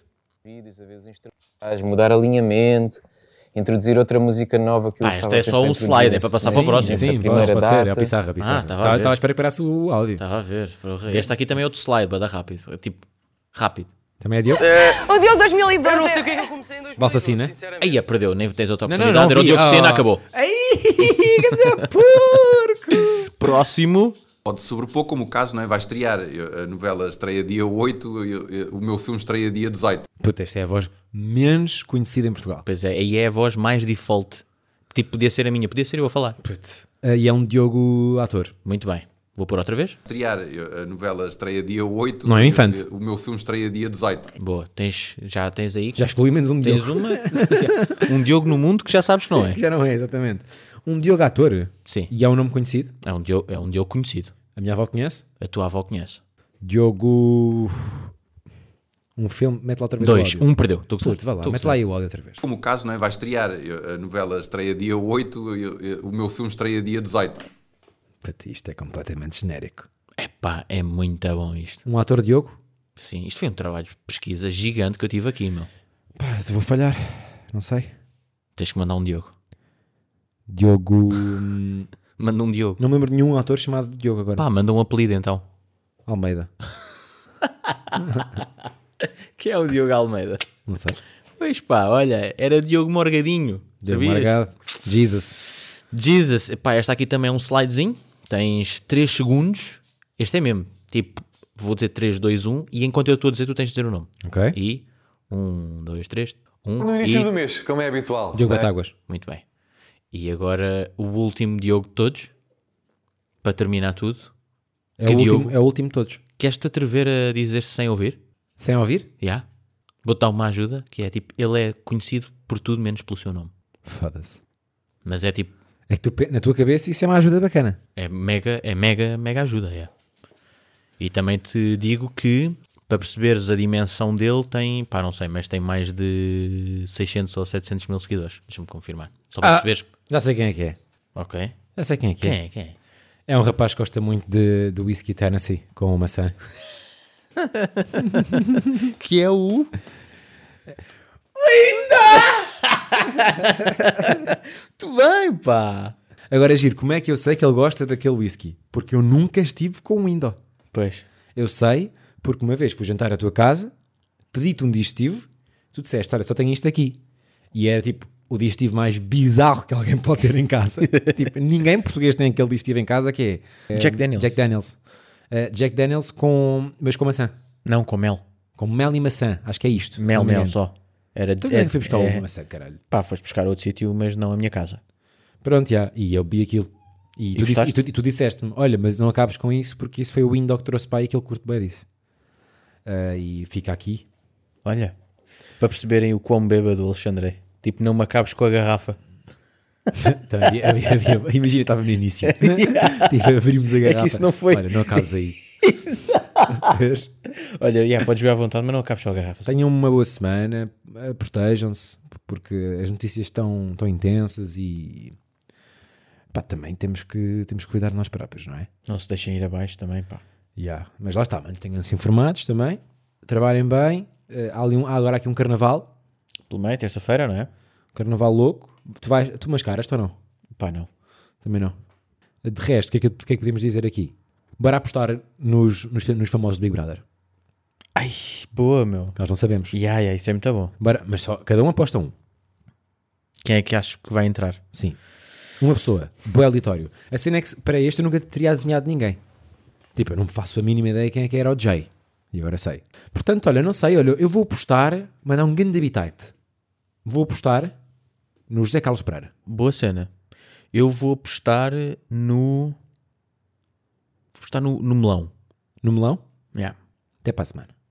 Speaker 14: Vais mudar alinhamento, introduzir outra música nova que eu
Speaker 2: Ah,
Speaker 14: estava
Speaker 2: esta é só
Speaker 14: a
Speaker 2: um
Speaker 14: pensar em
Speaker 2: slide, é para
Speaker 14: introduzir.
Speaker 1: tá
Speaker 2: passar para o próximo.
Speaker 14: Essa primeira
Speaker 1: é
Speaker 14: data.
Speaker 2: Ah, estava a ver.
Speaker 1: espera que parasse o áudio.
Speaker 2: Estava a ver. porra. Este aqui também é outro slide, bada rápido. É Tipo, rápido.
Speaker 1: Também é Diogo?
Speaker 9: O Diogo 2012. Eu não sei o que é que eu comecei em 2012.
Speaker 1: Balsa Sina?
Speaker 2: Aí, a perdeu, nem tens outra
Speaker 1: Não, não,
Speaker 2: oportunidade.
Speaker 1: não
Speaker 2: era o
Speaker 1: vi.
Speaker 2: Diogo
Speaker 1: Ah.
Speaker 2: Sena, acabou.
Speaker 1: <laughs>
Speaker 2: Próximo.
Speaker 19: Pode sobrepor, como o caso, não é? Vai estrear. Eu- A novela estreia dia 8, eu- eu- o meu filme estreia dia 18.
Speaker 1: Puta, esta é a voz menos conhecida em Portugal.
Speaker 2: Pois é, aí é a voz mais default. Tipo, podia ser a minha, podia ser eu a falar.
Speaker 1: Ah, E é um Diogo ator.
Speaker 2: Muito bem. Vou pôr outra vez.
Speaker 19: Estrear. eu- A novela estreia dia 8.
Speaker 1: Não é
Speaker 19: eu-
Speaker 1: Infante.
Speaker 19: eu- O meu filme estreia dia 18.
Speaker 2: Boa, tens, já tens aí.
Speaker 1: Já excluí menos um
Speaker 2: Tens
Speaker 1: Diogo.
Speaker 2: <laughs> uma. um Diogo no mundo que já sabes que não é.
Speaker 1: Que <laughs> já não é, exatamente. Um Diogo ator?
Speaker 2: Sim.
Speaker 1: E é um nome conhecido?
Speaker 2: É um Diogo, é um Diogo conhecido.
Speaker 1: A minha avó conhece?
Speaker 2: A tua avó conhece.
Speaker 1: Diogo. Um filme, mete lá outra vez
Speaker 2: Dois.
Speaker 1: o áudio.
Speaker 2: Um perdeu. Tô gostando.
Speaker 1: Puto, vá lá,
Speaker 2: Tô
Speaker 1: mete
Speaker 2: gostando.
Speaker 1: lá aí o áudio outra vez.
Speaker 19: Como o caso, não é? Vai estrear. eu- A novela estreia dia 8, eu- eu- o meu filme estreia dia 18.
Speaker 1: Puta, isto é completamente genérico.
Speaker 2: Pá, é muito bom isto.
Speaker 1: Um ator Diogo?
Speaker 2: Sim, isto foi um trabalho de pesquisa gigante que eu tive aqui, meu.
Speaker 1: Pá, eu vou falhar. Não sei.
Speaker 2: Tens que mandar um Diogo.
Speaker 1: Diogo.
Speaker 2: Manda um Diogo.
Speaker 1: Não me lembro de nenhum ator chamado Diogo agora.
Speaker 2: Pá, manda um apelido então.
Speaker 1: Almeida.
Speaker 2: Que é o Diogo Almeida.
Speaker 1: Não sei.
Speaker 2: Pois pá, olha, era Diogo Morgadinho.
Speaker 1: Diogo
Speaker 2: sabias?
Speaker 1: Morgado. Jesus.
Speaker 2: Jesus. Epá, esta aqui também é um slidezinho. Tens 3 segundos. Este é mesmo. Tipo, vou dizer 3, 2, 1. E enquanto eu estou a dizer, tu tens de dizer o nome.
Speaker 1: Ok.
Speaker 2: E 1, 2, 3. 1.
Speaker 20: No início do mês, como é habitual. não é?
Speaker 2: Muito bem. E agora o último Diogo de todos. Para terminar tudo.
Speaker 1: É
Speaker 2: Que
Speaker 1: o, último,
Speaker 2: Diogo?
Speaker 1: é o último de todos.
Speaker 2: Queres-te atrever a dizer sem ouvir?
Speaker 1: Sem ouvir?
Speaker 2: Já. Vou-te dar uma ajuda, que é tipo, ele é conhecido por tudo menos pelo seu nome.
Speaker 1: Foda-se.
Speaker 2: Mas é tipo,
Speaker 1: É que tu pe- na tua cabeça isso é uma ajuda bacana.
Speaker 2: é mega, é mega, mega ajuda, é. E também te digo que, para perceberes a dimensão dele, tem, pá, não sei, mas tem mais de 600 ou 700 mil seguidores. Deixa-me confirmar. Só para
Speaker 1: Ah,
Speaker 2: perceberes.
Speaker 1: Já sei quem é que é.
Speaker 2: Ok.
Speaker 1: Já sei quem é que é.
Speaker 2: Quem é, quem é?
Speaker 1: É um rapaz que gosta muito de, de whisky Tennessee com maçã.
Speaker 2: que é o... Tu bem, pá!
Speaker 1: Agora, Giro, como é que eu sei que ele gosta daquele whisky? Porque eu nunca estive com o Window.
Speaker 2: Pois.
Speaker 1: Eu sei porque uma vez fui jantar à tua casa, pedi-te um digestivo, tu disseste, olha, só tenho isto aqui. E era tipo o digestivo mais bizarro que alguém <laughs> pode ter em
Speaker 2: <laughs>
Speaker 1: casa. tipo, ninguém português tem aquele digestivo em casa que é... eh,
Speaker 2: Jack Daniels.
Speaker 1: Jack Daniels. Eh, Jack Daniels com... mas com maçã.
Speaker 2: Não, com mel.
Speaker 1: Com mel e maçã, acho que é isto. se
Speaker 2: Mel,
Speaker 1: não me
Speaker 2: mel
Speaker 1: engano.
Speaker 2: só. Era,
Speaker 1: Então, onde é que fui buscar uma maçã, caralho?
Speaker 2: Pá, foste buscar a outro sítio, mas não a minha casa.
Speaker 1: Pronto, já. E eu vi aquilo. E, tu, disse-
Speaker 2: gostaste?
Speaker 1: e tu- e tu disseste-me: Olha, mas não acabes com isso porque isso foi o Window que trouxe para aí que ele curte bem disso. Ah, e fica aqui. <laughs>
Speaker 2: Olha, para perceberem o quão bêbado o Alexandre é. Tipo, não me acabes com a garrafa.
Speaker 1: Então, havia- havia- havia- imagina, estava no
Speaker 2: <laughs>
Speaker 1: início. Tipo, abrimos a garrafa.
Speaker 2: É que isso não foi.
Speaker 1: Olha, não acabes
Speaker 2: <laughs>
Speaker 1: aí.
Speaker 2: Olha, yeah, podes jogar à vontade, mas não acabes com a garrafa.
Speaker 1: Tenham uma boa semana, eh, protejam-se, porque as notícias estão, estão intensas e pá, também temos que, temos que cuidar de nós próprios, não é?
Speaker 2: Não se deixem ir abaixo também, pá.
Speaker 1: Ya, Mas lá está, mantenham-se informados também, trabalhem bem. Eh, há, ali um- há agora aqui um carnaval.
Speaker 2: Pelo meio, terça-feira, não é?
Speaker 1: Carnaval louco. Tu, vais, tu mascaras ou não?
Speaker 2: Pá, não.
Speaker 1: Também não. De resto, o que, é que, o que é que podemos dizer aqui? Bora apostar nos, nos, nos famosos do Big Brother.
Speaker 2: Boa, meu.
Speaker 1: Nós não sabemos.
Speaker 2: Yeah, yeah, isso é muito bom.
Speaker 1: Bora- mas só, cada um aposta um.
Speaker 2: Quem é que acho que vai entrar?
Speaker 1: Sim. Uma pessoa. Boa auditório. A cena é que, para este, eu nunca teria adivinhado ninguém. Tipo, eu não faço a mínima ideia quem é que era o Jay. E agora sei. Portanto, olha, não sei. Olha, eu vou apostar, mandar um grande habitat. Vou apostar no José Carlos Pereira.
Speaker 2: Boa cena. Eu vou apostar no. Vou apostar no, no melão.
Speaker 1: No melão?
Speaker 2: Yeah.
Speaker 1: Até para a semana.